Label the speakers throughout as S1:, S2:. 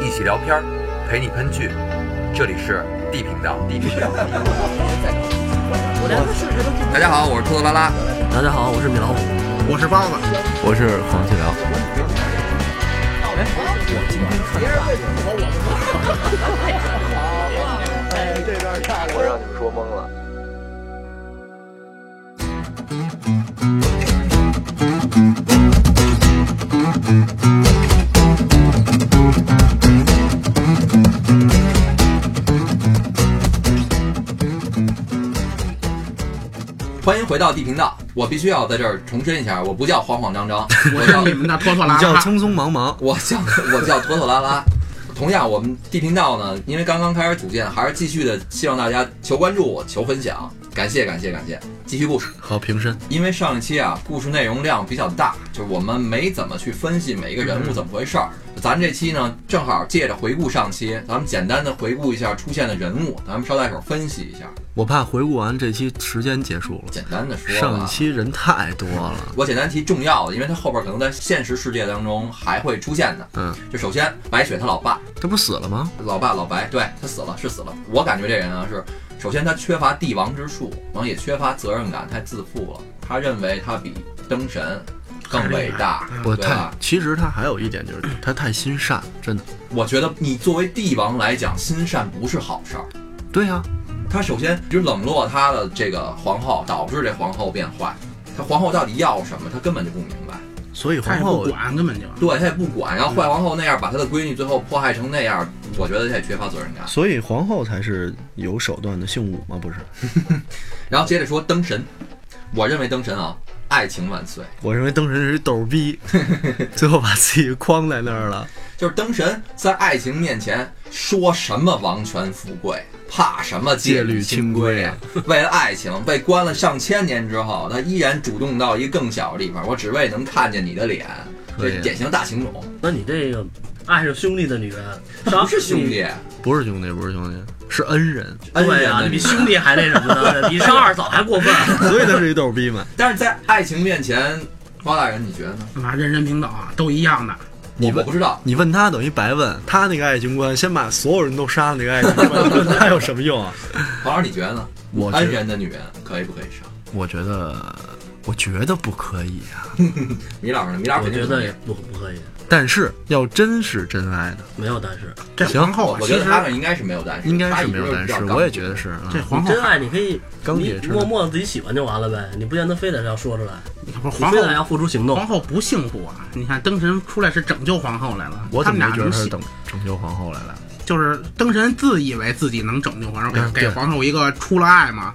S1: 一起聊片儿，陪你喷剧，这里是 D 频道。D 频道。大家好，我是兔子拉拉。
S2: 大家好，我是米老虎。
S3: 我是包子，
S4: 我是黄继辽。
S3: 我让你们说懵了。
S1: 欢迎回到 D 频道。我必须要在这儿重申一下，我不叫慌慌张张，我叫
S3: 你们那拖拖拉
S4: 叫
S3: 拉，
S4: 匆匆忙忙，
S1: 我叫我叫拖拖拉拉。同样，我们 D 频道呢，因为刚刚开始组建，还是继续的希望大家求关注、求分享，感谢感谢感谢，继续故事。
S4: 好平身。
S1: 因为上一期啊，故事内容量比较大，就是我们没怎么去分析每一个人物怎么回事儿。咱这期呢，正好借着回顾上期，咱们简单的回顾一下出现的人物，咱们捎带手分析一下。
S4: 我怕回顾完这期时间结束了，
S1: 简单的说吧，啊
S4: 上一期人太多了。
S1: 我简单提重要的，因为他后边可能在现实世界当中还会出现的。
S4: 嗯，
S1: 就首先白雪他老爸，
S4: 这不死了吗？
S1: 老爸老白，对他死了是死了。我感觉这人啊是，首先他缺乏帝王之术，然后也缺乏责任感，太自负了。他认为他比灯神更伟大，嗯
S4: 我
S1: 对啊
S4: 太
S1: 吧？，
S4: 其实他还有一点就是他太心善，真的。
S1: 我觉得你作为帝王来讲，心善不是好事儿。
S4: 对啊呀、
S1: 他首先只冷落他的这个皇后，导致这皇后变坏。他皇后到底要什么？他根本就不明白。
S4: 所以
S3: 他
S4: 皇
S3: 也不
S4: 后
S3: 管，根本就。
S1: 对他也不管，然后坏皇后那样把他的闺女最后迫害成那样，我觉得他也缺乏责任感。
S4: 所以皇后才是有手段的姓武吗？不是，
S1: 然后接着说灯神，我认为灯神啊，爱情万岁，
S4: 我认为灯神是一逗逼，最后把自己框在那儿了。
S1: 就是灯神在爱情面前说什么王权富贵，怕什么戒律清规啊？ 为了爱情被关了上千年之后，他依然主动到一个更小的地方，我只为能看见你的脸，这
S4: 可以
S1: 典型大情种，
S2: 那你这个爱上兄弟的女人，
S1: 不是兄弟，
S4: 不是兄弟，不是兄弟，是恩人，
S1: 恩
S2: 嗯对
S1: 人
S2: 呀、
S1: 的
S2: 你比
S1: 女
S2: 兄弟还那什么 呢？比上二嫂还过分。
S4: 所以他是一逗逼嘛。
S1: 但是在爱情面前，包大人你觉得呢？
S3: 啊，人人平等啊，都一样的。
S4: 你
S1: 我
S4: 问
S1: 不知道，
S4: 你问他等于白问，他那个爱情观先把所有人都杀了，那个爱情观 问他有什么用啊？
S1: 黄老师你觉得呢？
S4: 我
S1: 恩，人的女人可以不可以上？
S4: 我觉得，我觉得不可以啊。
S1: 米老师呢？米老师
S2: 我
S1: 肯定是
S2: 觉得也不不可以，
S4: 但是要真是真爱的，
S2: 没有但是，
S3: 这
S4: 行
S3: 皇后
S1: 我
S3: 啊，
S1: 我
S3: 其
S1: 觉得
S3: 实
S1: 他们应该是没有单身，
S4: 应该
S1: 他
S4: 是
S1: 一直
S4: 没有
S1: 就
S4: 但
S1: 比较
S4: 是，
S1: 刚
S4: 我也
S1: 性
S4: 觉得是啊
S3: 这。皇后
S2: 真，爱你可以
S4: 钢
S2: 你
S4: 铁直
S2: 默
S4: 男，
S2: 默自己喜欢就完了呗，你不见得非得要说出来，
S3: 不是
S2: 你
S3: 皇
S2: 非得要
S3: 后，
S2: 付出行动
S3: 皇。后不幸福啊。你看灯神出来是拯救皇后来了，
S4: 我
S3: 他
S4: 怎
S3: 们
S4: 么
S3: 俩
S4: 没觉得
S3: 能
S4: 他是
S3: 幸，
S4: 拯拯救皇后来了？
S3: 就是灯神自以为自己能拯救皇后，
S4: 嗯
S3: 给给
S4: 对
S3: 皇后一个出了爱嘛。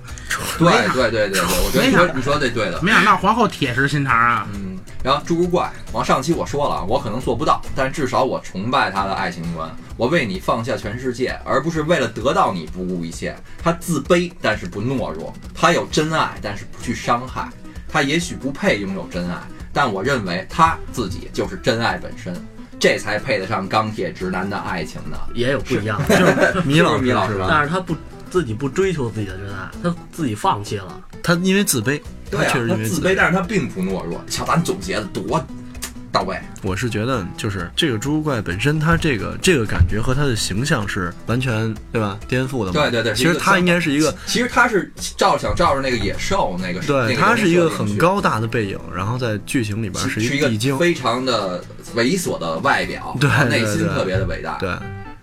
S1: 对
S3: 没啥
S1: 对对对对，我觉得
S3: 没
S1: 你
S3: 啥
S1: 说你说的对的。
S3: 没想到皇后铁石心肠啊，
S1: 嗯，然后猪猪怪，往上期我说了，我可能做不到，但至少我崇拜他的爱情观。我为你放下全世界，而不是为了得到你不顾一切。他自卑，但是不懦弱；他有真爱，但是不去伤害。他也许不配拥有真爱，但我认为他自己就是真爱本身，这才配得上钢铁直男的爱情呢。
S2: 也有不一 样， 就是
S4: 米老
S1: 米老师
S4: 是吧？
S2: 但是他不自己不追求自己的真爱，他自己放弃 了。
S4: 他因为自卑，他
S1: 对啊，
S4: 确实
S1: 他
S4: 因为
S1: 自卑，。但是他并不懦弱。瞧咱总结的多到位，
S4: 我是觉得，就是这个猪怪本身，他这个这个感觉和他的形象是完全对吧颠覆的嘛。
S1: 对对对
S4: 其
S1: 是一
S4: 实
S1: 个
S4: 他应该是一个，
S1: 其实他是照想照着那个野兽那个，那
S4: 对，
S1: 个
S4: 他是一个
S1: 人设定
S4: 很
S1: 去，
S4: 高大的背影，然后在剧情里边
S1: 是
S4: 一
S1: 是
S4: 个
S1: 一个
S4: 地精，
S1: 非常的猥琐的外表，
S4: 对
S1: 然后内
S4: 对
S1: 心
S4: 对
S1: 特别的伟大，
S4: 对，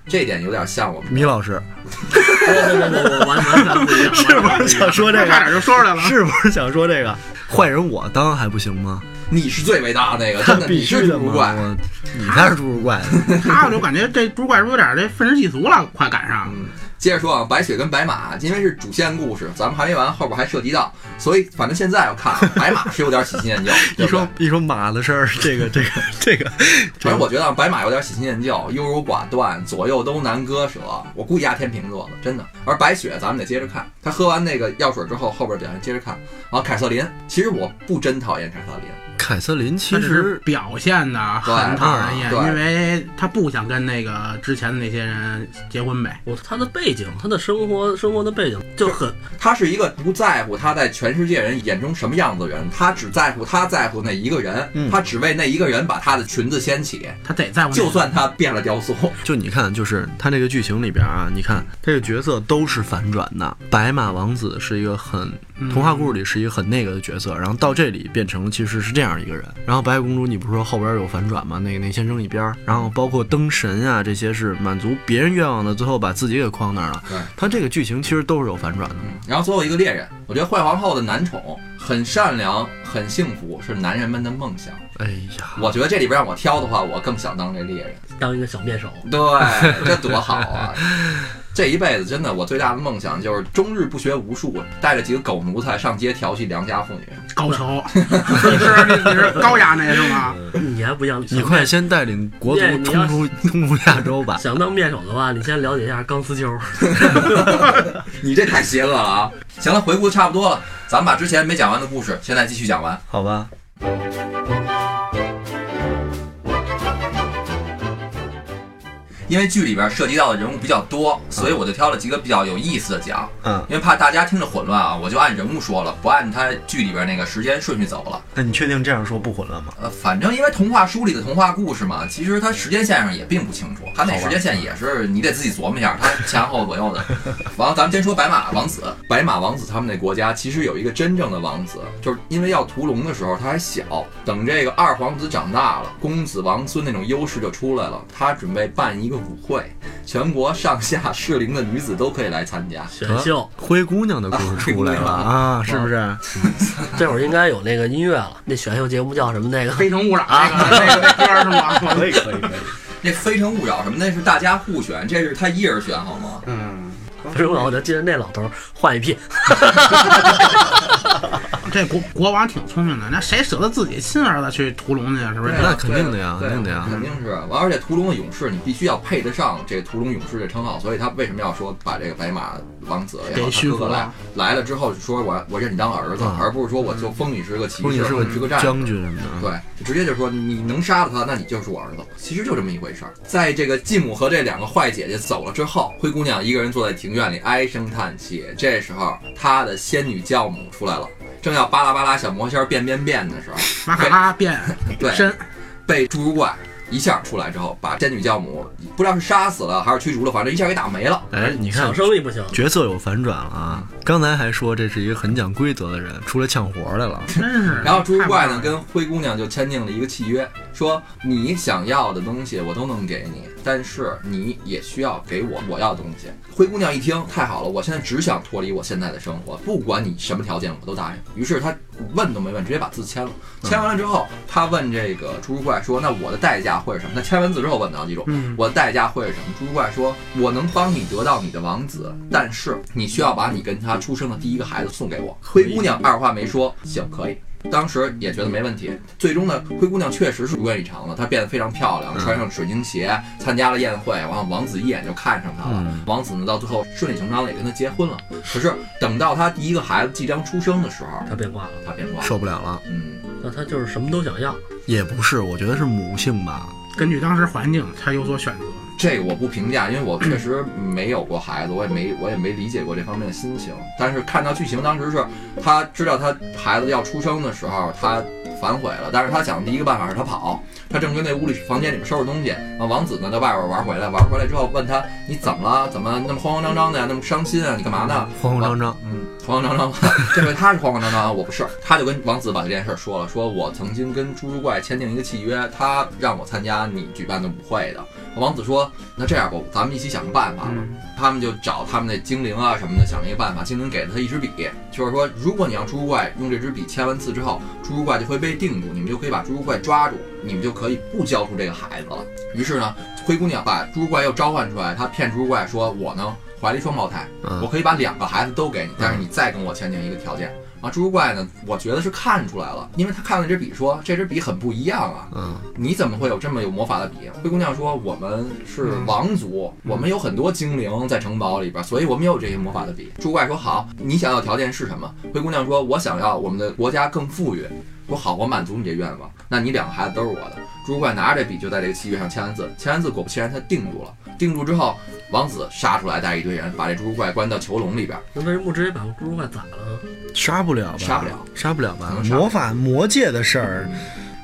S1: 这点有点像我们
S4: 米老师
S2: 不不不不，完完全不一样。
S4: 是不是想说 这
S3: 差点
S4: 个？
S3: 就说出来了。
S4: 是不是想说这个？坏人我当还不行吗？
S1: 你是最伟大的 那个，真的
S4: 必
S1: 你
S4: 须
S1: 是
S4: 的
S1: 主
S4: 嘛！
S1: 管。
S4: 我你才是猪怪呢，
S3: 他我就感觉这猪怪叔有点这愤世嫉俗了，快赶上。
S1: 嗯，接着说啊，白雪跟白马，因为是主线故事，咱们还没完，后边还涉及到，所以反正现在我看啊白马是有点喜新 厌旧，
S4: 一
S1: 对不对
S4: 说一说马的事儿，这个这个这 个，
S1: 反正我觉得啊白马有点喜新厌旧，优柔寡断，左右都难割舍。我估计压天秤座的，真的。而白雪，咱们得接着看。她啊喝完那个药水之后，后边表现接着看。然后凯瑟琳，其实我不真讨厌凯瑟琳，
S4: 凯瑟琳其
S3: 他只是
S4: 实
S3: 表现的很讨人厌，
S1: 对
S3: 因为他不想跟那个之前的那些人结婚呗。
S2: 我他的背景，他的生活生活的背景就很
S1: 他是一个不在乎他在全世界人眼中什么样子的人，他只在乎他在乎那一个人，
S4: 嗯
S1: 他只为那一个人把他的裙子掀起，
S3: 他得在乎那个
S1: 就算他变了雕塑，
S4: 就你看，就是他这个剧情里边啊，你看这个角色都是反转的。白马王子是一个很童话故事里是一个很那个的角色，然后到这里变成了其实是这样一个人。然后白雪公主，你不是说后边有反转吗？那个那先扔一边儿。然后包括灯神啊，这些是满足别人愿望的，最后把自己给框那儿了
S1: 对。
S4: 他这个剧情其实都是有反转的。
S1: 然后最后一个猎人，我觉得坏皇后的男宠很善良，很幸福，是男人们的梦想。
S4: 哎呀，
S1: 我觉得这里边让我挑的话，我更想当这猎人。
S2: 当一个小面手。
S1: 对， 这多好啊！这一辈子真的，我最大的梦想就是终日不学无术，啊带着几个狗奴才上街调戏良家妇女。
S3: 高潮，你是你是高雅那是 吗？
S2: 你还不想？
S4: 你快先带领国足
S2: 对你
S4: 冲
S2: 要
S4: 出冲出亚洲 吧！
S2: 想当面手的话，你先了解一下钢丝 球。
S1: 你这太邪恶了啊！行了，回顾的差不多了，咱们把之前没讲完的故事，现在继续讲完。
S4: 好吧，
S1: 因为剧里边涉及到的人物比较多，所以我就挑了几个比较有意思的讲，
S4: 嗯，
S1: 因为怕大家听着混乱啊，我就按人物说了，不按他剧里边那个时间顺序走了。
S4: 那你确定这样说不混乱吗？
S1: 呃，反正因为童话书里的童话故事嘛，其实它时间线上也并不清楚，它那
S4: 好吧
S1: 时间线也是你得自己琢磨一下，它前后左 右的。完，咱们先说白马王子，白马王子他们那国家其实有一个真正的王子，就是因为要屠龙的时候他还小，等这个二皇子长大了，公子王孙那种优势就出来了，他准备办一个舞会，全国上下适龄的女子都可以来参加。
S2: 选秀
S4: 灰姑娘的故事出来了啊，是不是？
S2: 这会儿应该有那个音乐了，那选秀节目叫什么？那个
S3: 非诚勿扰
S1: 啊
S3: 那个那个歌是 吗？
S4: 以可以可以。
S1: 那《非诚勿扰》什么那是大家互选，这是他一人选好吗？
S3: 嗯，
S2: 不是我，我就记得那老头儿换一批，
S3: 这国国王挺聪明的，那谁舍得自己亲儿子去屠龙去啊？是不是？
S4: 那肯定的呀
S1: 对啊
S4: 肯定的呀
S1: 肯定是。完，而且屠龙的勇士，你必须要配得上这个屠龙勇士这称号，所以他为什么要说把这个白马王子也好，
S3: 给
S1: 他
S3: 驯
S1: 哥
S3: 服
S1: 哥来
S3: 了
S1: 来了之后，就说我我认你当儿子
S4: 啊，
S1: 而不是说我就封你是个骑
S4: 说你
S1: 士，
S4: 是
S1: 或者是
S4: 个
S1: 个战士。
S4: 将军什么的，
S1: 对，就直接就说你能杀了他，那你就是我儿子。其实就这么一回事儿。在这个继母和这两个坏姐姐走了之后，灰姑娘一个人坐在庭院里唉声叹气。这时候，她的仙女教母出来了，正要巴拉巴拉小魔仙儿变变变的时候，
S3: 马卡拉变
S1: 对，
S3: 身，
S1: 被侏儒怪一下出来之后，把仙女教母不知道是杀死了还是驱逐了，反正一下给打没了。
S4: 哎，你看
S2: 抢生力不行。
S4: 角色有反转了啊！刚才还说这是一个很讲规则的人，出来呛活来了。
S3: 真是的。
S1: 然后侏儒怪呢
S3: 嗯太棒了
S1: 跟灰姑娘就签订了一个契约，说你想要的东西我都能给你，但是你也需要给我我要的东西。灰姑娘一听，太好了，我现在只想脱离我现在的生活，不管你什么条件我都答应。于是她问都没问，直接把字签了。
S3: 嗯
S1: 签完了之后，她问这个侏儒怪说：“那我的代价会是什么？”她签完字之后问的啊，记住，
S3: 嗯，
S1: 我的代价会是什么？猪怪说：“我能帮你得到你的王子，但是你需要把你跟他出生的第一个孩子送给我。”灰姑
S3: 嗯
S1: 娘二话没说，行，可以。当时也觉得没问题。最终呢，灰姑娘确实是如愿以偿了，她变得非常漂
S4: 嗯
S1: 亮，穿上水晶鞋，参加了宴会，然后王子一眼就看上她了。
S4: 嗯
S1: 王子呢，到最后顺理成章的也跟她结婚了。可是等到她第一个孩子即将出生的时候，
S2: 他变卦了，
S1: 她变卦了。
S4: 受不了了，
S1: 嗯，
S2: 那他就是什么都想要。
S4: 也不是，我觉得是母性吧。
S3: 根据当时环境，他有所选择。
S1: 这个我不评价，因为我确实没有过孩子，我也没我也没理解过这方面的心情。但是看到剧情，当时是他知道他孩子要出生的时候，他反悔了。但是他想的第一个办法是他跑，他正跟那屋里房间里面收拾东西，啊，王子呢在外边玩回来，玩回来之后问他你怎么了？怎么那么慌慌张张的呀？那么伤心啊？你干嘛呢？
S4: 慌慌张张，
S1: 嗯，慌慌张张，这回他是慌慌张啊张，我不是。他就跟王子把这件事说了，说我曾经跟侏儒怪签订一个契约，他让我参加你举办的舞会的。王子说，那这样吧，咱们一起想个办法吧。
S3: 嗯，
S1: 他们就找他们那精灵啊什么的，想了一个办法。精灵给了他一支笔，就是说，如果你让侏儒怪用这支笔签完字之后，侏儒怪就会被定住，你们就可以把侏儒怪抓住，你们就可以不交出这个孩子了。于是呢，灰姑娘把侏儒怪又召唤出来，她骗侏儒怪说，我呢怀了一双胞胎。我
S4: 嗯，
S1: 可以把两个孩子都给你，但是你再跟我签订一个条件。啊，侏儒怪呢？我觉得是看出来了，因为他看了这支笔说，这支笔很不一样啊！
S4: 嗯，
S1: 你怎么会有这么有魔法的笔？灰姑娘说，我们是
S2: 嗯
S1: 王族，我们有很多精灵在城堡里边，所以我们也有这些魔法的笔。侏儒怪说，好，你想要条件是什么？灰姑娘说，我想要我们的国家更富裕。说好，我满足你这愿望，那你两个孩子都是我的。朱贵拿着这笔就在这个契约上签完字，签完字果不其然他定住了。定住之后，王子杀出来带一堆人，把这朱贵关到囚笼里边。
S2: 那为什么不直接把猪肉怪宰了呢？
S4: 杀不了吧？
S1: 杀不了，
S4: 杀不了吧
S1: 可能？杀不了
S4: 魔法魔界的事儿，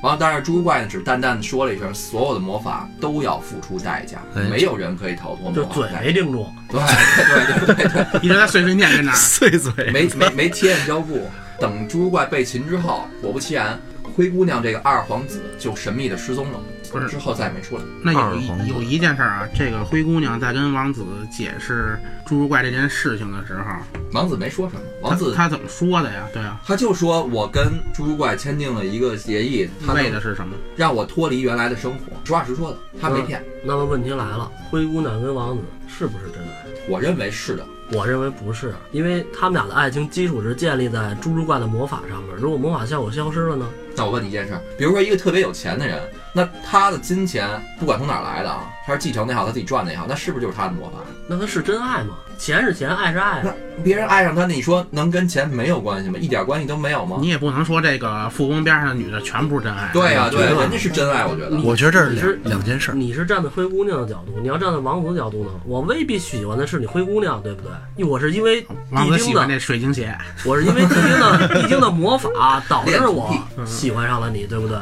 S1: 完了，但是猪怪呢只淡淡的说了一声，所有的魔法都要付出代价，
S4: 哎
S1: 没有人可以逃脱
S2: 就
S1: 魔法
S2: 嘴
S1: 的代价。
S2: 没定住，
S1: 对对对对对
S3: 一直在碎碎念跟 那儿。
S4: 碎嘴。
S1: 没没没贴上胶布。等猪怪被擒之后，果不其然，灰姑娘这个二皇子就神秘的失踪了，
S3: 不是
S1: 之后再也没出来。
S3: 那
S4: 二
S3: 有
S4: 皇子
S3: 一有一件事儿啊，这个灰姑娘在跟王子解释侏儒怪这件事情的时候，
S1: 王子没说什么，
S3: 她
S1: 王子
S3: 她怎么说的呀？对啊，
S1: 他就说我跟猪怪签订了一个协议，他
S3: 为
S1: 能
S3: 的是什么？
S1: 让我脱离原来的生活。实话实说的，他
S3: 嗯
S1: 没骗。
S2: 那么问题来了，灰姑娘跟王子是不是真爱？
S1: 我认为是的，
S2: 我认为不是，因为他们俩的爱情基础是建立在猪猪怪的魔法上面。如果魔法效果消失了呢？
S1: 那我问你一件事儿，比如说一个特别有钱的人，那他的金钱不管从哪儿来的啊，他是继承的也好，他自己赚的也好，那是不是就是他的魔法？
S2: 那他是真爱吗？钱是钱，爱是爱啊。
S1: 那别人爱上他，那你说能跟钱没有关系吗？一点关系都没有吗
S3: 你？也不能说这个富翁边上的女的全部是真爱。
S1: 对呀、对、啊
S4: 我觉得
S1: 人家是真爱，我觉得。
S4: 我觉得这是
S2: 你是
S4: 两两件事儿。
S2: 你是站在灰姑娘的角度，你要站在王子的角度呢？我未必喜欢的是你灰姑娘，对不对？我是因为
S3: 王
S2: 地
S3: 子喜
S2: 精
S3: 欢
S2: 的，
S3: 这水晶鞋，
S2: 我是因为地精的地精的魔法导致我喜欢上了你，对不对？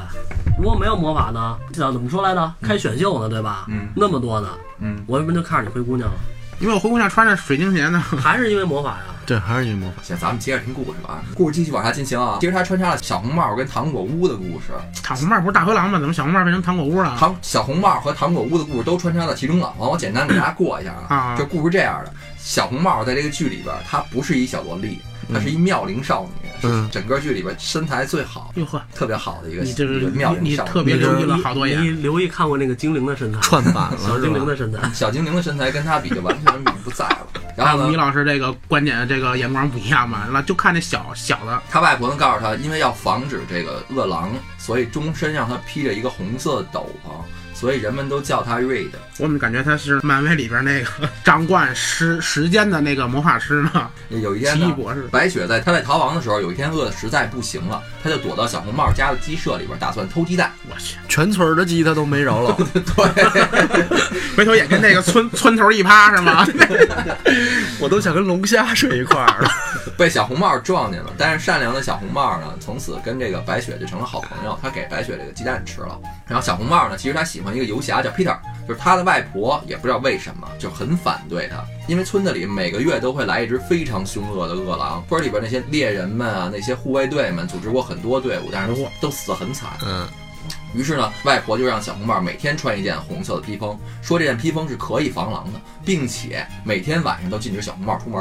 S2: 如果没有魔法呢？这叫怎么说来着？开选秀呢，对吧？
S1: 嗯
S2: 那么多呢，
S1: 嗯，
S2: 我为什么就看上你灰姑娘了？
S3: 因为我灰姑娘穿着水晶鞋呢。
S2: 还是因为魔法呀？
S4: 对，还是因为魔法。
S1: 行，咱们接着听故事吧啊，故事继续往下进行啊。接着他穿插了小红帽跟糖果屋的故事，
S3: 小红帽不是大灰狼吗？怎么小红帽变成糖果屋了？
S1: 糖小红帽和糖果屋的故事都穿插到其中了。完，我简单给大家过一下啊
S3: 啊。
S1: 这故事这样的：小红帽在这个剧里边，她不是一小萝莉，
S3: 嗯
S1: 她是一妙龄少女，
S4: 嗯
S1: 是整个剧里边身材最好、
S3: 哟呵，
S1: 特别好的一个
S3: 你这
S1: 一
S3: 是
S1: 个妙龄
S3: 你你
S1: 少女。
S3: 特别
S4: 你这
S3: 留意了好多
S2: 你
S3: 眼。
S2: 留意看过那个精灵的身材，
S4: 串反了，
S2: 小精灵
S4: 是吧
S2: 的身材。
S1: 小精灵的身材跟她比就完全 不在了。然
S3: 看
S1: 后
S3: 米
S1: 呢，
S3: 老师这个观点，这个眼光不一样嘛，那就看那小小的
S1: 她外婆呢告诉她，因为要防止这个饿狼，所以终身让她披着一个红色的斗篷，所以人们都叫她 Red。
S3: 我怎么感觉他是漫威里边那个 掌管时时间的那个魔法师呢？
S1: 有一天
S3: 奇异
S1: 呢，
S3: 博士，
S1: 白雪在她在逃亡的时候，有一天饿得实在不行了，她就躲到小红帽家的鸡舍里边，打算偷鸡蛋。
S3: 我去，
S4: 全村儿的鸡他都没饶 了。
S3: 回头也跟那个村村头一趴是吗？
S4: 我都想跟龙虾睡一块儿了。
S1: 被小红帽撞见了，但是善良的小红帽呢，从此跟这个白雪就成了好朋友。她给白雪这个鸡蛋吃了。然后小红帽呢，其实她喜欢一个游侠叫 Peter，就是她的外婆，也不知道为什么就很反对他，因为村子里每个月都会来一只非常凶恶的饿狼，村里边那些猎人们啊，那些护卫队们组织过很多队伍，但是都死得很惨。
S4: 嗯，
S1: 于是呢，外婆就让小红帽每天穿一件红色的披风，说这件披风是可以防狼的，并且每天晚上都禁止小红帽出门。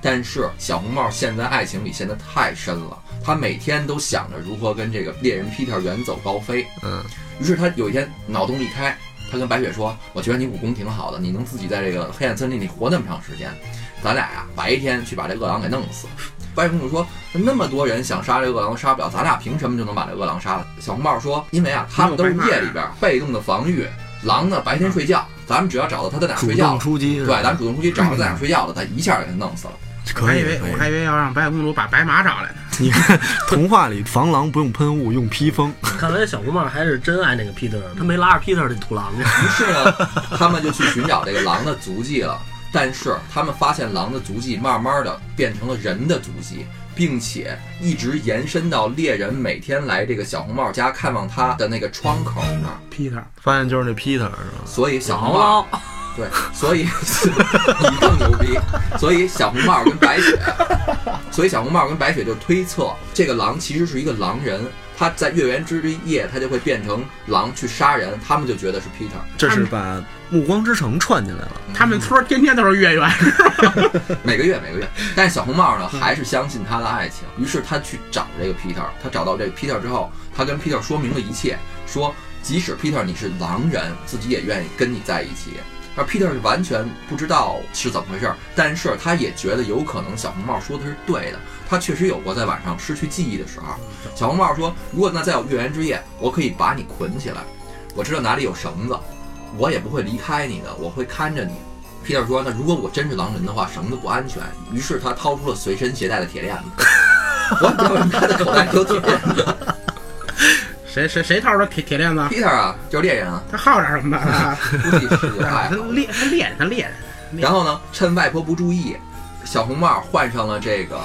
S1: 但是小红帽陷在爱情里陷得太深了，她每天都想着如何跟这个猎人 Peter 远走高飞。
S4: 嗯，
S1: 于是她有一天脑洞一开，她跟白雪说：“我觉得你武功挺好的，你能自己在这个黑暗森林里活那么长时间，咱俩呀、白天去把这饿狼给弄死。”白雪公主说：“那么多人想杀这饿狼，杀不了，咱俩凭什么就能把这饿狼杀了？”小红帽说：“因为啊，他们都是夜里边被动的防御，狼呢白天睡觉，咱们只要找到它在哪儿
S4: 主
S1: 睡觉
S4: 动，出击是
S1: 对，
S4: 吧，
S1: 咱们主动出去找它在哪儿睡觉了，咱一下给它弄死了。
S3: 我
S4: 可
S3: 还
S4: 以
S3: 以为
S4: 可以
S3: 我还以为要让白雪公主把白马找来呢。
S4: 你看 童话里防狼不用喷雾，用披风。
S2: 看来小红帽还是真爱那个 Peter，他没拉着 Peter 的土狼去。
S1: 于是呢，他们就去寻找这个狼的足迹了。但是他们发现狼的足迹慢慢的变成了人的足迹，并且一直延伸到猎人每天来这个小红帽家看望他的那个窗口那儿。
S3: Peter，
S4: 发现就是那 Peter 是吧？
S1: 所以小红
S2: 姥
S1: 帽
S2: 姥，
S1: 对，所以 你更牛逼。所以小红帽跟白雪，所以小红帽跟白雪就推测，这个狼其实是一个狼人，他在月圆之夜他就会变成狼去杀人，他们就觉得是 Peter。
S4: 这是把《暮光之城》串进来了。
S3: 他们村儿天天都是月圆，
S1: 每个月每个月，但是小红帽呢还是相信他的爱情，于是他去找这个 Peter，他找到这个 Peter 之后，他跟 Peter 说明了一切，说即使 Peter 你是狼人，自己也愿意跟你在一起。而 Peter 是完全不知道是怎么回事儿，但是他也觉得有可能小红帽说的是对的，他确实有过在晚上失去记忆的时候。小红帽说，如果那再有月圆之夜，我可以把你捆起来，我知道哪里有绳子，我也不会离开你的，我会看着你。皮特说：“那如果我真是狼人的话，绳子不安全。”于 是他掏出了随身携带的铁链子，我他妈他的口袋里有铁链子。
S3: 谁谁谁套的铁铁链子？
S1: Peter 啊，就是猎人啊，
S3: 他耗点什么办法？
S1: 估计是有爱
S3: 他
S1: 好。
S3: 猎他猎人他猎人，
S1: 然后呢，趁外婆不注意，小红帽换上了这个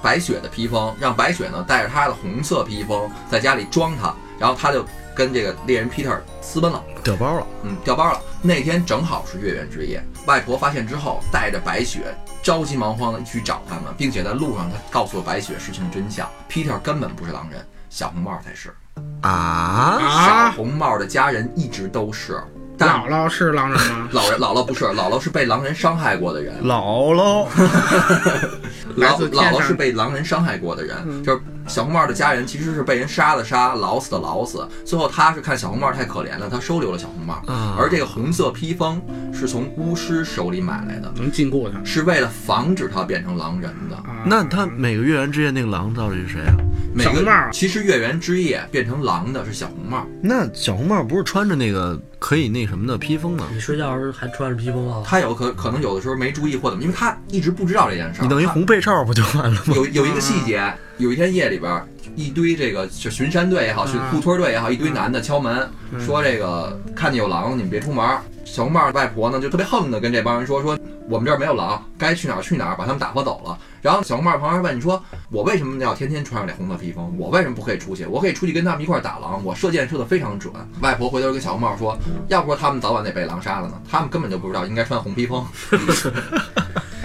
S1: 白雪的披风，让白雪呢带着她的红色披风在家里装她，然后她就跟这个猎人 Peter 私奔了，
S4: 掉包了，
S1: 嗯，掉包了。那天正好是月圆之夜，外婆发现之后，带着白雪着急忙慌的去找他们，并且在路上她告诉了白雪事情的真相，Peter 根本不是狼人，小红帽才是。
S4: 啊
S1: 小
S3: 啊
S1: 红帽的家人一直都是，但
S3: 姥姥是狼人 吗？
S1: 老人姥姥不是，姥姥是被狼人伤害过的人，
S4: 姥
S1: 姥
S4: 姥，
S3: 嗯来自天
S1: 姥
S3: 上嗯
S1: 姥是被狼人伤害过的人，就是小红帽的家人其实是被人杀的杀，老死的老死。最后他是看小红帽太可怜了，他收留了小红帽，
S4: 啊
S1: 而这个红色披风是从巫师手里买来的，
S3: 能禁锢他
S1: 是为了防止他变成狼人的。
S3: 啊？
S4: 那他每个月圆之夜那个狼到底是谁啊？
S1: 每
S3: 小
S1: 个
S3: 红帽
S1: 其实月圆之夜变成狼的是小红帽，
S4: 那小红帽不是穿着那个可以那什么的披风吗？
S2: 你睡觉时还穿着披风啊？
S1: 他有可可能有的时候没注意或怎么，因为他一直不知道这件事儿。
S4: 你弄一
S1: 他
S4: 红被罩不就完了吗？
S1: 有有一个细节，有一天夜里边儿，一堆这个就巡山队也好，巡
S3: 嗯
S1: 护村队也好，一堆男的敲门，说这个看见有狼，你们别出门儿。小红帽外婆呢就特别横的跟这帮人说说，我们这儿没有狼，该去哪儿去哪儿，把他们打发走了。然后小红帽旁边问你说，我为什么要天天穿上这红色披风？我为什么不可以出去？我可以出去跟他们一块儿打狼，我射箭射得非常准。外婆回头跟小红帽说，要不说他们早晚得被狼杀了呢，他们根本就不知道应该穿红披风。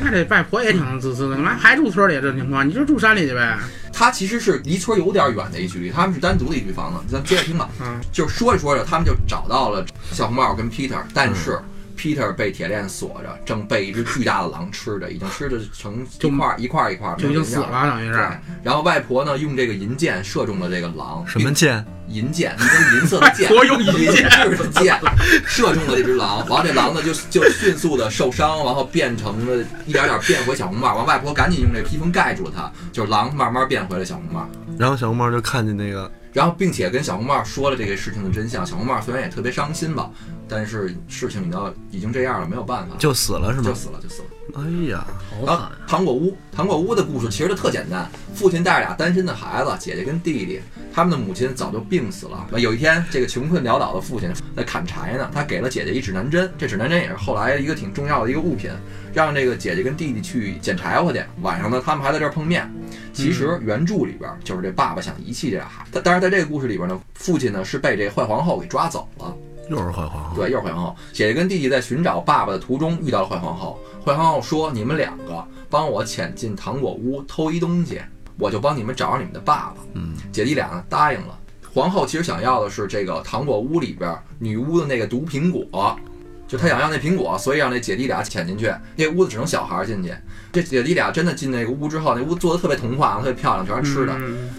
S3: 那这外婆也挺自私的，干嘛还住村里这情况？你就住山里去呗。
S1: 他其实是离村有点远的一距离，他们是单独的一居房子。咱接着听吧，
S3: 嗯
S1: 就是说着说着，他们就找到了小红帽跟 Peter，但是
S3: 嗯
S1: Peter 被铁链锁着，正被一只巨大的狼吃着，已经吃的成一块儿一块儿一块儿，
S3: 就已经
S1: 没有
S3: 死
S1: 人样。
S3: 了，等于
S1: 对
S3: 是。，
S1: 然后外婆呢用这个银箭射中了这个狼，
S4: 什么剑？
S1: 银箭，一根银色的箭，
S3: 我有银
S1: 银
S3: 箭
S1: 质的箭，射中了这只狼，然后这狼呢就就迅速的受伤，然后变成了一点点变回小红帽，然后外婆赶紧用这披风盖住了它，就是狼慢慢变回了小红帽。
S4: 然后小红帽就看见那个
S1: 然后，并且跟小红帽说了这个事情的真相。小红帽虽然也特别伤心吧，但是事情已经已经这样了，没有办法，
S4: 就死了是
S1: 就
S4: 吗？
S1: 死了，就死了。
S4: 哎呀，
S2: 好
S1: 然
S2: 惨
S1: 后
S2: 啊！
S1: 糖果屋，糖果屋的故事其实就特简单，父亲带着俩单身的孩子，姐姐跟弟弟，他们的母亲早就病死了。有一天，这个穷困潦倒的父亲在砍柴呢，他给了姐姐一指南针，这指南针也是后来一个挺重要的一个物品，让这个姐姐跟弟弟去捡柴火去。晚上呢，他们还在这儿碰面。其实原著里边就是这爸爸想遗弃这俩孩子，但但是在这个故事里边呢，父亲呢是被这坏皇后给抓走了。
S4: 又是坏啊皇后。
S1: 对，又是坏皇后。姐姐跟弟弟在寻找爸爸的途中遇到了坏皇后。坏皇后说：“你们两个帮我潜进糖果屋偷一东西，我就帮你们找着你们的爸爸。”
S4: 嗯，
S1: 姐弟俩呢答应了。皇后其实想要的是这个糖果屋里边儿女巫的那个毒苹果，就她想要那苹果，所以让那姐弟俩潜进去。那屋子只能小孩儿进去。这姐弟俩真的进那个屋之后，那屋做的特别童话，特别漂亮，全是吃的。
S3: 嗯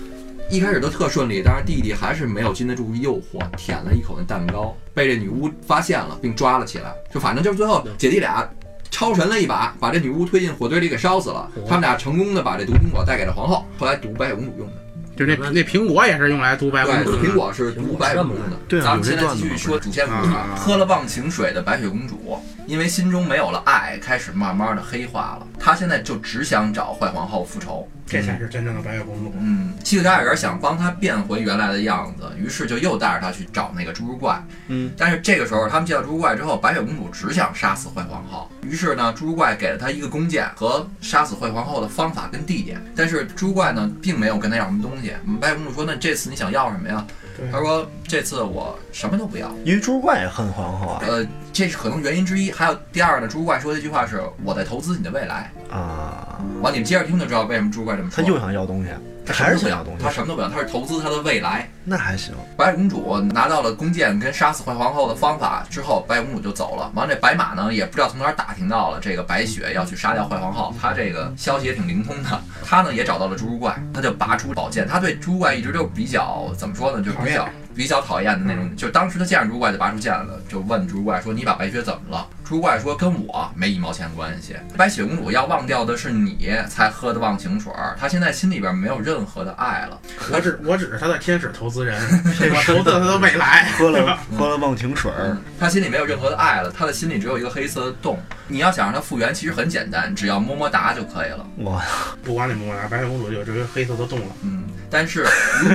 S1: 一开始都特顺利，但是弟弟还是没有经得住诱惑，舔了一口那蛋糕，被这女巫发现了，并抓了起来。就反正就是最
S4: 哦
S1: 后姐弟俩超神了一把，把这女巫推进火堆里给烧死了。他们俩成功的把这毒苹果带给了皇后，后来毒白雪公主用的。
S3: 就那那苹果也是用来毒白
S1: 对，
S3: 公
S1: 毒
S3: 主
S1: 苹
S3: 的。
S1: 果是毒白雪公主的。
S4: 对啊
S1: 咱们
S4: 有
S1: 现
S4: 这
S1: 在
S4: 段
S1: 继
S4: 子
S1: 续
S4: 吗
S1: 说主线故事啊
S3: 啊。
S1: 喝了忘情水的白雪公主，因为心中没有了爱，开始慢慢的黑化了。她现在就只想找坏皇后复仇。
S3: 这才是真正的白雪公主。
S1: 嗯，七个小矮人想帮他变回原来的样子，于是就又带着他去找那个侏儒怪。
S4: 嗯，
S1: 但是这个时候他们见到侏儒怪之后，白雪公主只想杀死坏皇后，于是呢，侏儒怪给了她一个弓箭和杀死坏皇后的方法跟地点，但是侏儒怪呢并没有跟她要什么东西。白雪公主说：“那这次你想要什么呀？”
S3: 对
S1: 她说：“这次我什么都不要。”
S4: 因为猪怪也恨皇后啊
S1: 呃，这是可能原因之一。还有第二呢，侏儒怪说的一句话是：“我在投资你的未来。
S4: 啊，”
S1: 完，你们接着听就知道为什么侏儒怪这么说。
S4: 想要东西，
S1: 他什么都不要，他什么都不要，他是投资他的未来。
S4: 那还行，
S1: 白雪公主拿到了弓箭跟杀死坏皇后的方法之后，白雪公主就走了。完，这白马呢也不知道从哪儿打听到了这个白雪要去杀掉坏皇后，她这个消息也挺灵通的。她呢也找到了侏儒怪，她就拔出宝剑。她对侏儒怪一直就比较怎么说呢，就
S3: 讨
S1: 比
S3: 厌嗯
S1: 较比较讨厌的那种。就当时她见着侏儒怪就拔出剑来了，就问侏儒怪说：“你把白雪怎么了？”侏儒怪说：“跟我没一毛钱关系。白雪公主要忘掉的是你才喝的忘情水儿，她现在心里边没有任何的爱了。”
S3: 我只我只是她的天使投 资人，我投资了她的未来。
S4: 喝了喝了忘情水 儿，
S1: 他心里没有任何的爱了，他的心里只有一个黑色的洞。你要想让他复原，其实很简单，只要么么哒就可以了。
S4: 哇，
S3: 不管怎么着，白雪公主就直接黑色的动了。
S1: 嗯，但是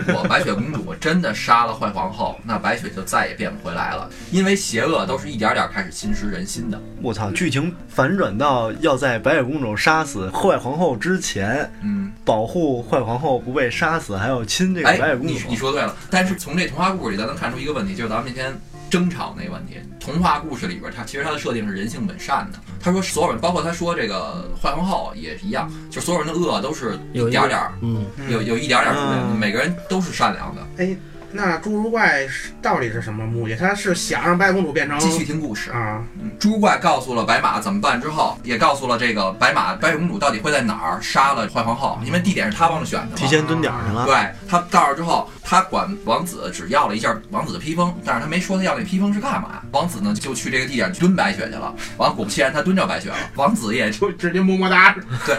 S1: 如果白雪公主真的杀了坏皇后，那白雪就再也变不回来了，因为邪恶都是一点点开始侵蚀人心的。
S4: 我操，剧情反转到要在白雪公主杀死坏皇后之前，
S1: 嗯，
S4: 保护坏皇后不被杀死，还要亲这个
S1: 哎
S4: 白雪，公
S1: 你
S4: 主。
S1: 你说对了。但是从这童话故事里，咱能看出一个问题，就是咱们今天争吵那个问题。童话故事里边，它其实它的设定是人性本善的。他说所有人，包括他说这个坏皇后也是一样，就所有人的恶都是
S2: 有
S1: 一点点儿，
S2: 嗯，
S3: 嗯
S1: 有有一点点出来的，
S4: 嗯
S1: 每个人都是善良的。
S3: 哎，那侏儒怪是到底是什么目的？他是想让白雪公主
S4: 嗯
S3: 变成
S1: 继续听故事。
S3: 啊？
S1: 嗯猪怪告诉了白马怎么办之后，也告诉了这个白马白雪公主到底会在哪儿杀了坏皇后，因为地点是他帮着选的嘛。
S4: 嗯提前啊蹲点儿去了，
S1: 对他到那儿之后，他管王子只要了一件王子的披风，但是他没说他要那披风是干嘛。王子呢就去这个地点去蹲白雪去了，完果不其然他蹲着白雪了。王子也
S3: 就直接么么哒。
S1: 对，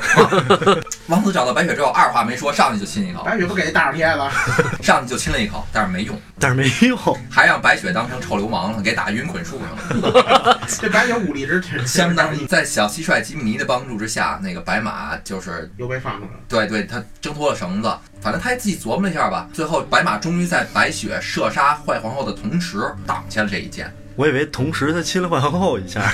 S1: 王王子找到白雪之后，二话没说上去就亲一口，
S3: 白雪不给大耳贴子，
S1: 上去就亲了一口，但是没用，
S4: 但是没用，
S1: 还让白雪当成臭流氓了，给打晕捆树上了。
S3: 这白雪武力值 挺
S1: 相当于在小蟋蟀吉米尼的帮助之下，那个白马就是
S3: 又被放出来了。
S1: 对对，他挣脱了绳子，反正他自己琢磨了一下吧。最后，白马终于在白雪射杀坏皇后的同时挡下了这一剑。
S4: 我以为同时他亲了坏皇后一下，
S1: 啊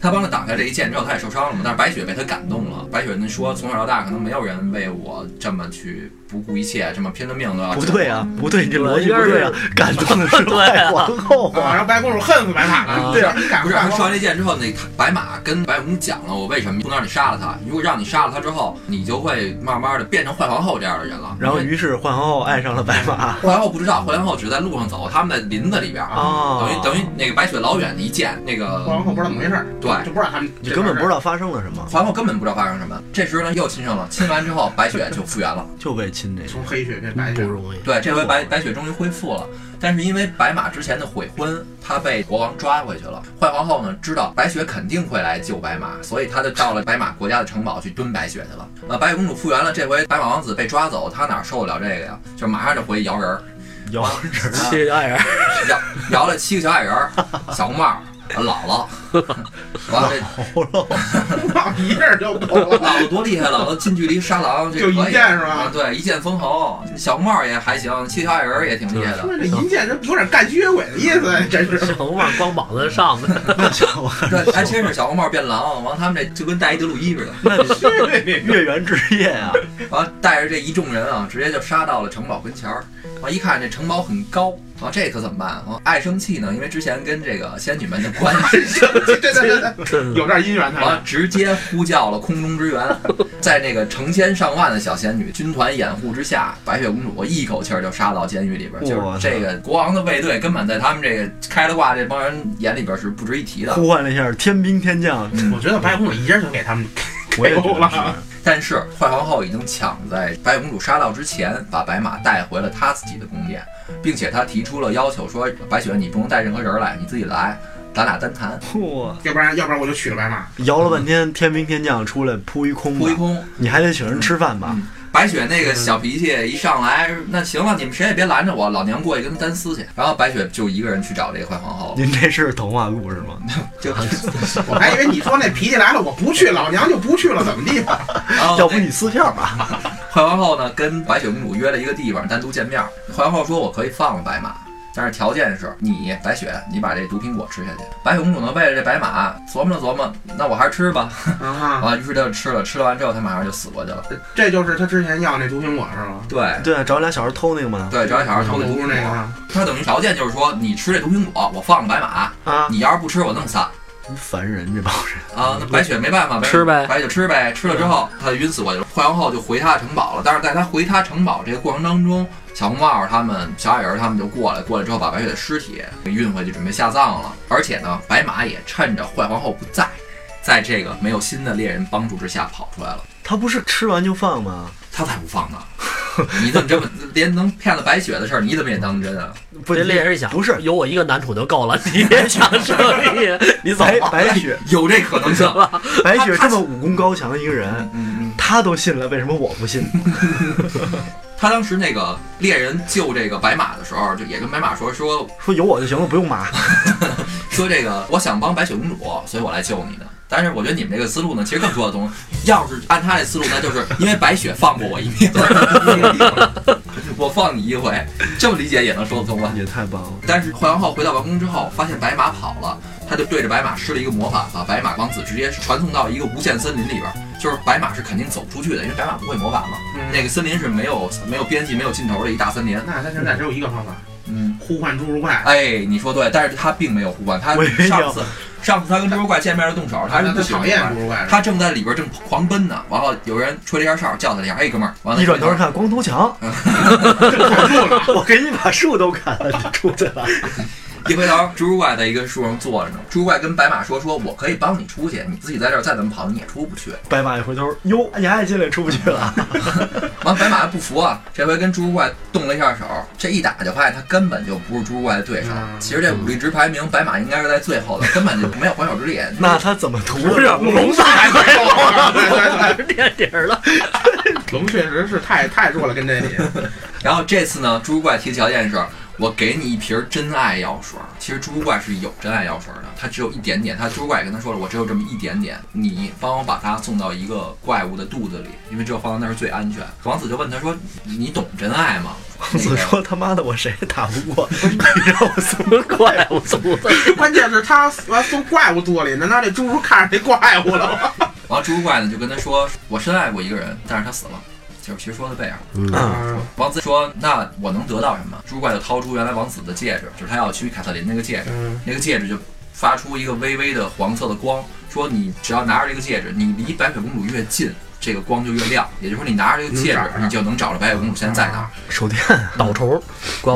S1: 他帮着挡下这一剑之后，他也受伤了嘛。但是白雪被他感动了。白雪人说，从小到大可能没有人为我这么去不顾一切，这么拼了命都要。
S4: 不对啊，不对，你这逻辑
S2: 我
S4: 不
S2: 觉得
S4: 对啊，感动的是
S2: 对
S4: 坏
S2: 啊
S4: 皇后
S3: 啊，
S4: 啊，
S3: 然后白雪公主恨死白马了，
S4: 对啊
S3: 你敢
S1: 不是，
S3: 干
S1: 他
S3: 我
S1: 射完这剑之后，那白马跟白雪公主讲了，我为什么不能让你杀了他。如果让你杀了他之后，你就会慢慢的变成坏皇后这样的人了。
S4: 然后
S1: 因为
S4: 于是 坏皇后爱上了白马，
S1: 坏皇后不知道，坏皇后只是在路上走，他们在林子里边儿，
S4: 哦
S1: 等于等于那个白雪老远的一见，那个
S3: 皇后不知道怎么回事儿，
S1: 对，
S3: 就不知道他们
S4: 你根本不知
S3: 道。
S4: 道发生了什么，
S1: 皇后根本不知道发生什么。这时候呢，又亲上了，亲完之后，白雪就复原了。
S4: 就为亲这个
S3: 从黑雪变白
S2: 不
S3: 雪，
S2: 容易。
S1: 对，这回白白雪终于恢复了，但是因为白马之前的悔婚，她被国王抓回去了。坏皇后呢知道白雪肯定会来救白马，所以她就到了白马国家的城堡去蹲白雪去了。呃，白雪公主复原了，这回白马王子被抓走，她哪受得了这个呀？就马上就回去摇人儿，
S4: 摇 人儿
S2: 谢谢爱人，
S1: 摇摇了七个小矮人儿，小红帽儿。姥姥， 完了这
S4: 头了，
S3: 一下就够了。
S1: 姥姥多厉害，姥姥近距离杀狼这
S3: 就一
S1: 可以
S3: 剑是吧
S1: 啊对，一剑封喉，小帽也还行，七小矮人儿也挺厉害的。
S3: 说这银剑这有点干吸血鬼的意思，真是。
S2: 小红帽光膀子上的，
S1: 对，还真是小红帽变狼，完他们这就跟带一德鲁伊似的，
S4: 那你月圆之夜啊，
S1: 完带着这一众人啊，直接就杀到了城堡跟前儿。完一看这城堡很高，啊，这可怎么办啊？爱生气呢，因为之前跟这个仙女们的关系，
S3: 对对对对，
S2: 真的
S3: 有点 姻缘他
S1: 完
S3: 俩。
S1: 直接呼叫了空中支援，在那个成千上万的小仙女军团掩护之下，白雪公主一口气儿就杀到监狱里边儿。就是
S4: 哇
S1: 这个国王的卫队根本在他们这个开了挂这帮人眼里边儿是不值一提的。嗯
S4: 呼唤了一下天兵天将，
S3: 我觉得白雪公主一下就给他们
S4: 我也觉
S3: 够了
S4: 得是。
S1: 但是坏皇后已经抢在白雪公主杀到之前，把白马带回了她自己的宫殿，并且她提出了要求说，白雪你不能带任何人来，你自己来，咱俩单谈，
S4: 嗯嚯！
S3: 要不然要不然我就娶了白马。
S4: 摇了半天，天兵天将出来扑一空，
S1: 扑一，空。
S4: 你还得请人吃饭吧？
S1: 嗯白雪那个小脾气
S4: 嗯
S1: 一上来，那行了，你们哎谁也别拦着我，老娘过去跟单撕去。然后白雪就一个人去找这个坏皇后了，
S4: 您这是童话故事吗？
S1: 就
S3: 我还以为你说那脾气来了，我不去，老娘就不去了，怎么地啊吧？
S1: 然后
S4: 要不你撕票吧？
S1: 坏皇后呢，跟白雪公主约了一个地方单独见面儿。坏皇后说：“我可以放了白马，但是条件是你白雪，你把这毒苹果吃下去。”白雪公主呢，为了这白马琢磨了琢磨，那我还是吃吧。
S3: 啊，
S1: 啊，于是她就吃了，吃了完之后，她马上就死过去了。
S3: 这就是他之前要那毒苹果是吧？
S1: 对
S4: 对，啊嗯找俩小孩偷那个嘛。
S1: 对，找小孩偷
S3: 偷
S1: 那毒
S3: 毒
S1: 苹
S3: 那
S1: 果，
S3: 个，
S1: 她等于条件就是说，你吃这毒苹果，我放了白马，
S4: 啊，
S1: 你要是不吃，我弄死她。
S4: 烦人这帮人。
S1: 啊，那白雪没办法，白
S2: 吃呗
S1: 白雪吃呗，吃了之后
S4: 嗯
S1: 她晕死过去了。坏皇后就回她的城堡了，但是在她回她城堡这个过程当中，小红帽儿他们、小矮人儿他们就过来，过来之后把白雪的尸体给运回去，准备下葬了。而且呢，白马也趁着坏皇后不在，在这个没有新的猎人帮助之下跑出来了。
S4: 他不是吃完就放吗？
S1: 他才不 放呢！你怎么这么连能骗了白雪的事儿，你怎么也当真啊？
S4: 不，
S2: 这猎人一想，
S4: 不是
S2: 有我一个男主就够了，你别想这个，你走
S4: 白
S2: 吧。
S4: 白雪，
S1: 有这可能 性？
S4: 白雪这么武功高强的一个人，
S1: 嗯嗯。
S4: 他都信了，为什么我不信？
S1: 他当时那个猎人救这个白马的时候，就也跟白马说说
S4: 说有我就行了，不用马。
S1: 说这个，我想帮白雪公主，所以我来救你的。但是我觉得你们这个思路呢，其实更说得通。要是按他这思路，那就是因为白雪放过我一命， 我放你一回，这么理解也能说得通吧？
S4: 也太棒了。
S1: 但是坏皇后回到王宫之后，发现白马跑了，他就对着白马施了一个魔法，把白马王子直接传送到一个无限森林里边儿。就是白马是肯定走不出去的，因为白马不会魔法嘛。那个森林是没有没有边际、没有尽头的一大森林。
S3: 嗯那他现在只有一个方法，
S1: 嗯，
S3: 呼唤侏儒怪。
S1: 哎，你说对，但是他并没有互换，他
S4: 我以为
S1: 上
S4: 要
S1: 次上次他跟蜘蛛怪见面就动手，他是
S3: 他
S1: 不啊喜欢
S3: 讨
S1: 互
S3: 厌
S1: 换
S3: 侏儒怪，
S1: 他正在里边正狂奔呢，完了有人吹了一下哨，叫他了一下，哎哥们儿，完了
S4: 一转头看光头强， 我给你 把树都砍了，你出去了。
S1: 一回头，蜘蛛怪在一个树上坐着呢，蜘蛛怪跟白马说说，我可以帮你出去，你自己在这儿再怎么跑你也出不去。
S4: 白马一回头，哟，你还进来出不去了？
S1: 完了白马还不服啊，这回跟蜘蛛怪动了一下手，这一打就发现他根本就不是蜘蛛怪的对手。
S3: 嗯
S1: 其实这武力值排名，白马应该是在最后的，根本就没有还手之力。
S4: 那他怎么涂
S2: 不是
S4: 上？
S2: 龙
S3: 对 对对对
S2: 垫底儿了，
S3: 龙确实是太太弱了，跟这里。
S1: 然后这次呢，蜘蛛怪提的条件是，我给你一瓶真爱药水。其实蜘蛛怪是有真爱药水的，它只有一点点。他蜘蛛怪也跟他说了，我只有这么一点点，你帮我把它送到一个怪物的肚子里，因为只有放到那儿是最安全。王子就问他说：“你懂真爱吗？”
S4: 公子说他妈的我谁也打不过，你让我送个怪物送我。
S3: 关键是他完送怪物肚里，难道这侏儒看上这怪物了吗？
S1: 完了，蜘蛛怪呢就跟他说：“我深爱过一个人，但是他死了。”就是其实说的贝尔。
S4: 嗯，
S1: 王子说：“那我能得到什么？”蜘蛛怪就掏出原来王子的戒指，就是他要去凯瑟琳那个戒指。
S3: 嗯，
S1: 那个戒指就发出一个微微的黄色的光，说你只要拿着这个戒指，你离白雪公主越近，这个光就越亮。也就是说，你拿着这个戒指
S3: 能找，着啊
S1: 你就能找着白雪公主现在在哪儿。
S4: 手电，
S2: 倒头，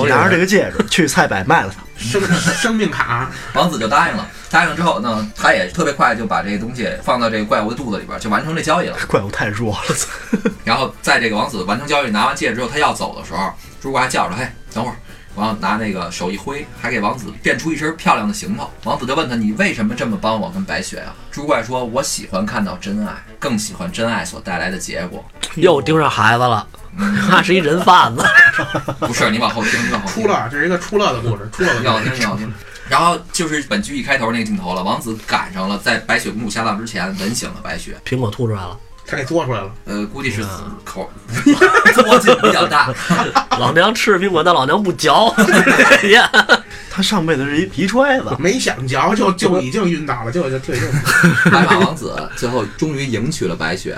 S4: 你拿着这个戒指去菜百卖了它。
S3: 生生命卡，
S1: 王子就答应了。答应之后呢，他也特别快就把这个东西放到这个怪物的肚子里边，就完成这交易了。
S4: 怪物太弱了，
S1: 然后在这个王子完成交易拿完戒指之后，他要走的时候，朱怪还叫着：“嘿，等会儿！”然后拿那个手一挥，还给王子变出一身漂亮的行头。王子就问他：“你为什么这么帮我跟白雪啊？”朱怪说：“我喜欢看到真爱，更喜欢真爱所带来的结果。
S2: 又盯上孩子 了，那是一人贩子。
S1: 不是，你往后听，你往后听
S3: 出乐，这是一个出乐的故事，出乐的
S1: 要
S3: 故
S1: 听
S3: 事。
S1: 要听。然后就是本剧一开头那个镜头了，王子赶上了，在白雪公主下葬之前吻醒了白雪。
S2: 苹果吐出来了，
S3: 他给嘬出来了，
S1: 呃，估计是口 嘬劲比较大。
S2: 老娘吃苹果，但老娘不嚼。呀
S4: 他上辈子是一皮揣子。
S3: 没想嚼就就已经晕倒了，就 就就已经。
S1: 白马王子最后终于迎娶了白雪，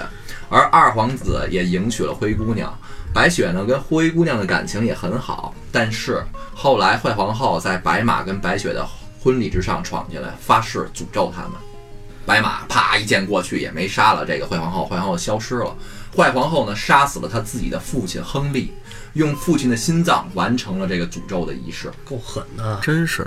S1: 而二皇子也迎娶了灰姑娘。白雪呢，跟灰姑娘的感情也很好，但是后来坏皇后在白马跟白雪的婚礼之上闯进来，发誓诅咒他们。白马啪一剑过去，也没杀了这个坏皇后，坏皇后消失了。坏皇后呢，杀死了她自己的父亲亨利，用父亲的心脏完成了这个诅咒的仪式。
S2: 够狠的，
S4: 真是，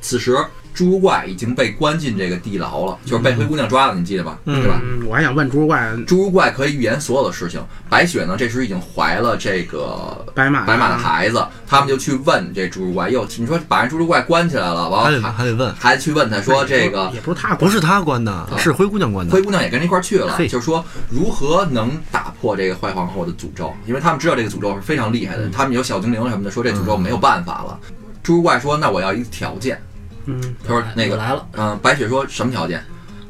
S1: 此时，猪猪怪已经被关进这个地牢了，就是被灰姑娘抓了，你记得吧？对吧？
S3: 嗯，我还想问侏儒怪
S1: 侏儒怪可以预言所有的事情。白雪呢，这时已经怀了这个
S3: 白马啊
S1: 白马的孩子，他们就去问这侏儒怪，又你说把人侏儒怪关起来了，
S4: 还
S1: 完
S4: 得
S1: 了还
S4: 还得问，
S1: 还去问他说这个
S3: 也不是他
S4: 不是他关的，是啊灰姑娘关的
S1: 灰。姑娘也跟着一块儿去了，
S4: 嘿
S1: 就说如何能打破这个坏皇后的诅咒，因为他们知道这个诅咒是非常厉害的，他们有小精灵什么的，说这诅咒没有办法了。侏儒怪说：“那我要一个条件。”
S3: 嗯，
S1: 他说：“那个
S2: 我来了，
S1: 嗯，白雪说什么条件？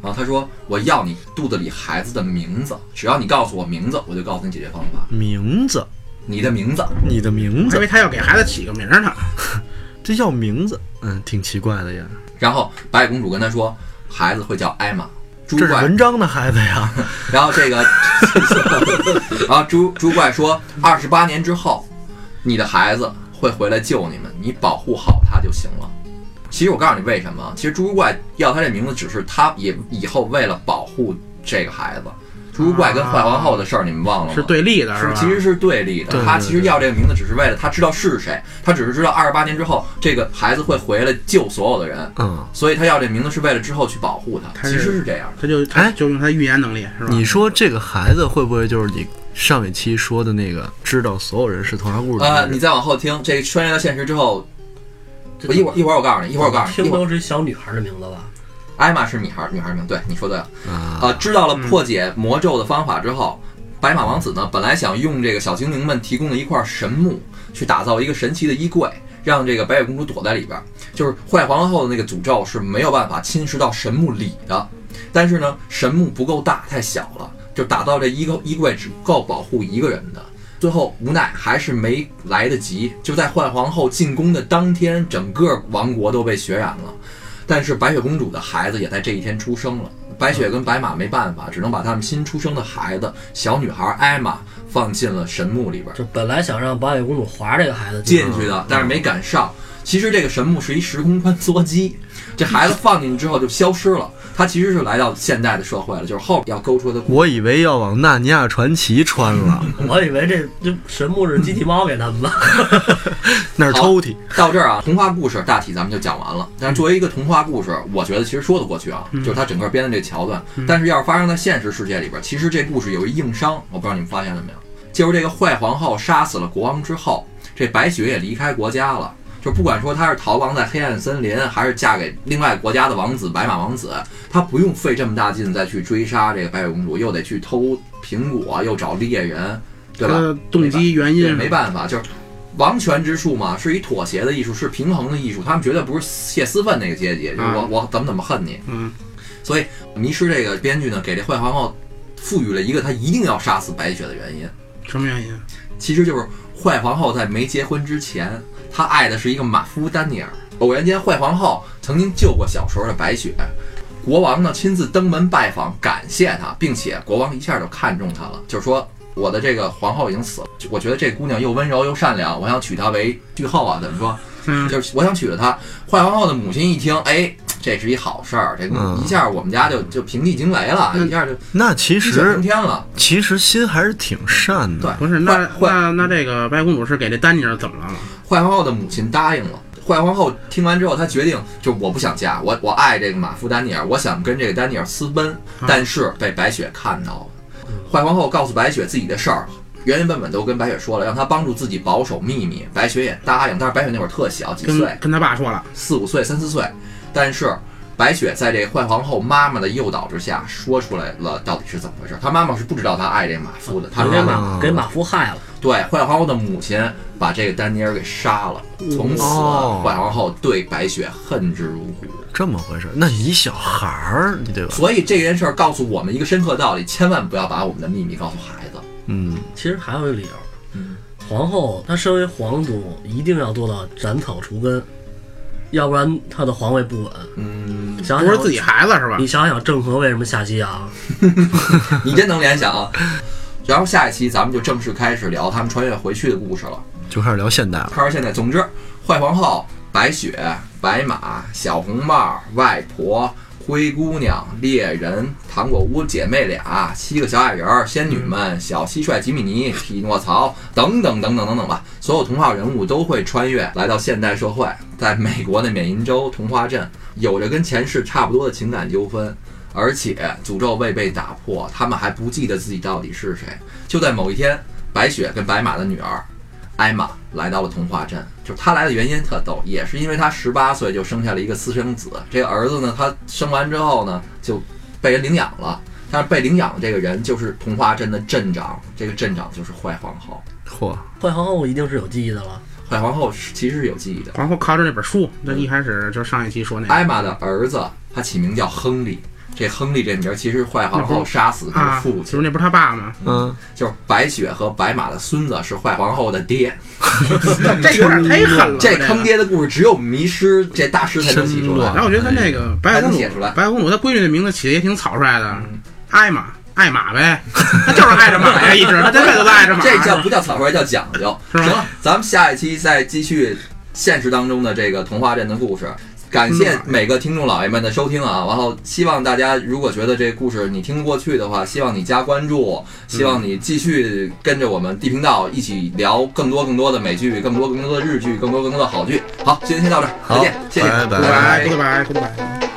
S1: 然后他说我要你肚子里孩子的名字，只要你告诉我名字，我就告诉你解决方法。
S4: 名字，
S1: 你的名字，
S4: 你的名
S3: 我以
S4: 字，
S3: 为他要给孩子起个名儿呢。
S4: 这叫名字，嗯，挺奇怪的呀。
S1: 然后白雪公主跟他说，孩子会叫艾玛。猪
S4: 这是
S1: 怪，
S4: 文章的孩子呀，
S1: 然后这个， 然后猪猪怪说，二十八年之后，你的孩子会回来救你们，你保护好他就行了。其实我告诉你为什么，其实猪怪要他这名字，只是他也以后为了保护这个孩子。猪怪跟坏皇后的事儿，你们忘了吗？
S3: 是对立的，
S1: 是
S3: 吧？
S1: 其实是对立的
S4: 啊对。
S1: 他
S4: 对
S1: 其实要这个名字，只是为了他知道是谁，他只是知道二十八年之后这个孩子会回来救所有的人，
S4: 嗯。
S1: 所以他要这名字是为了之后去保护他。
S3: 他
S1: 其
S3: 是
S1: 实是这样的。
S3: 他就他就用他预言能力，是吧？
S4: 你说这个孩子会不会就是你上一期说的那个知道所有人是童话故事的
S1: 呃，
S4: 那个？
S1: 你再往后听，这个穿越到现实之后，
S2: 这
S1: 我一会儿一会儿我告诉你，一会儿我告诉
S2: 听
S1: 你，一会儿
S2: 都是一小女孩的名字吧？
S1: 艾玛是女孩，女孩名，对，你说对了。
S4: 啊，
S1: 呃，知道了破解魔咒的方法之后，白马王子呢，本来想用这个小精灵们提供的一块神木，去打造一个神奇的衣柜，让这个白雪公主躲在里边儿。就是坏皇后的那个诅咒是没有办法侵蚀到神木里的，但是呢，神木不够大，太小了，就打造这衣柜衣柜只够保护一个人的。最后无奈还是没来得及，就在幻皇后进宫的当天，整个王国都被血染了。但是白雪公主的孩子也在这一天出生了。白雪跟白马没办法，只能把他们新出生的孩子小女孩艾玛放进了神木里边。
S2: 就本来想让白雪公主划这个孩子
S1: 进去的，但是没赶上。其实这个神木是一时空穿梭机，这孩子放进去之后就消失了。他其实是来到现代的社会了，就是后要勾出的。
S4: 我以为要往《纳尼亚传奇》穿了，
S2: 我以为这这神木是机器猫给他们的，
S4: 那是抽屉。
S1: 到这儿啊， 童话故事大体咱们就讲完了。但是作为一个童话故事，我觉得其实说得过去啊，就是它整个编的这桥段。但是要是发生在现实世界里边，其实这故事有一硬伤，我不知道你们发现了没有，就是这个坏皇后杀死了国王之后，这白雪也离开国家了。就不管说她是逃亡在黑暗森林，还是嫁给另外国家的王子白马王子，她不用费这么大劲再去追杀这个白雪公主，又得去偷苹果，又找猎人，对吧？
S3: 呃动机原因
S1: 对没办法，就是王权之术嘛，是一妥协的艺术，是平衡的艺术。他们绝对不是泄私愤那个阶级，就是我我怎么怎么恨你。
S3: 嗯，
S1: 所以迷失这个编剧呢，给这坏皇后赋予了一个他一定要杀死白雪的原因，
S3: 什么原因？
S1: 其实就是坏皇后在没结婚之前，她爱的是一个马夫丹尼尔。偶然间，坏皇后曾经救过小时候的白雪，国王呢亲自登门拜访，感谢她，并且国王一下就看中她了，就是说我的这个皇后已经死了，我觉得这姑娘又温柔又善良，我想娶她为句后啊，怎么 说？
S3: 嗯
S1: 就是我想娶了她。坏皇后的母亲一听，哎，这是一好事儿，这个
S4: 嗯
S1: 一下我们家就就平地惊雷了，一下就
S4: 那其
S1: 鸡犬升
S4: 实
S1: 天了。
S4: 其实心还是挺善
S1: 对
S4: 的，，
S3: 不是，
S1: 坏
S3: 那
S1: 坏
S3: 那那这个白公主是给这丹尼尔怎么了？
S1: 坏皇后的母亲答应了。坏皇后听完之后，她决定就我不想嫁，我我爱这个马夫丹尼尔，我想跟这个丹尼尔私奔，但是被白雪看到了。坏皇后告诉白雪自己的事儿，原原本本都跟白雪说了，让她帮助自己保守秘密。白雪也答应，但是白雪那会儿特小，几岁
S3: 跟，跟他爸说了，
S1: 四五岁、三四岁。但是白雪在这坏皇后妈妈的诱导之下，说出来了到底是怎么回事。她妈妈是不知道她爱这马夫的，她
S2: 把
S1: 说
S2: 给
S1: 她
S3: 啊
S2: 马给马夫害了，
S1: 对，坏皇后的母亲把这个丹尼尔给杀了，从此啊
S4: 哦
S1: 坏皇后对白雪恨之入骨。
S4: 这么回事。那一小孩儿，你对吧？
S1: 所以这件事儿告诉我们一个深刻道理：千万不要把我们的秘密告诉孩子。
S4: 嗯，
S2: 其实还有一个理由，
S1: 嗯
S2: 皇后她身为皇族，一定要做到斩草除根，要不然她的皇位不稳。
S1: 嗯，
S2: 想想
S3: 不是自己孩子是吧
S2: 你？想想郑和为什么下西洋？
S1: 你真能联想啊！ 然后下一期咱们就正式开始聊他们穿越回去的故事了。
S4: 就开始聊现代了。
S1: 开始现在，总之，坏皇后、白雪、白马、小红帽、外婆、灰姑娘、猎人、糖果屋姐妹俩、七个小矮人儿、仙女们、小蟋蟀吉米尼、匹诺曹等等等等等等吧，所有童话人物都会穿越来到现代社会，在美国的缅因州童话镇，有着跟前世差不多的情感纠纷。而且诅咒未被打破，他们还不记得自己到底是谁。就在某一天，白雪跟白马的女儿艾玛来到了童话镇，就是她来的原因特逗，也是因为她十八岁就生下了一个私生子，这个儿子呢，他生完之后呢就被人领养了，但是被领养的这个人就是童话镇的镇长，这个镇长就是坏皇后，
S4: 嚯，
S2: 坏皇后一定是有记忆的了。
S1: 坏皇后是其实是有记忆的。
S3: 皇后靠着那本书，
S1: 嗯
S3: 那一开始就上一期说那
S1: 艾
S3: 个，啊
S1: 玛的儿子他起名叫亨利，这亨利这名儿其实是坏皇后杀死的
S3: 啊，
S1: 父
S3: 就
S1: 亲
S3: 是，那不是他 爸吗？
S4: 嗯，
S1: 就是白雪和白马的孙子是坏皇后的爹。
S3: 这有点太 狠了，
S1: 这
S3: 个
S1: 坑爹的故事只有迷失这大师才能起出来
S3: 然。后我觉得他那个白雪公
S1: 还能
S3: 主
S1: 哎写出来，嗯
S3: 白雪公主她闺女的名字起的也挺草率的，艾玛，艾玛 呗，她就是爱着马呀，一直，她这辈子都爱着马。
S1: 这叫不叫草率，叫讲究。
S3: 是吧
S1: 行了，咱们下一期再继续现实当中的这个童话镇的故事。感谢
S4: 嗯
S1: 每个听众老爷们的收听啊！然后希望大家如果觉得这故事你听得过去的话，希望你加关注，希
S4: 嗯
S1: 望你继续跟着我们地频道一起聊更多更多的美剧，更多更多的日剧，更多更多的好剧。好，今天先到这儿，再见，谢谢，
S4: 好拜拜
S3: 哎，goodbye，goodbye，goodbye。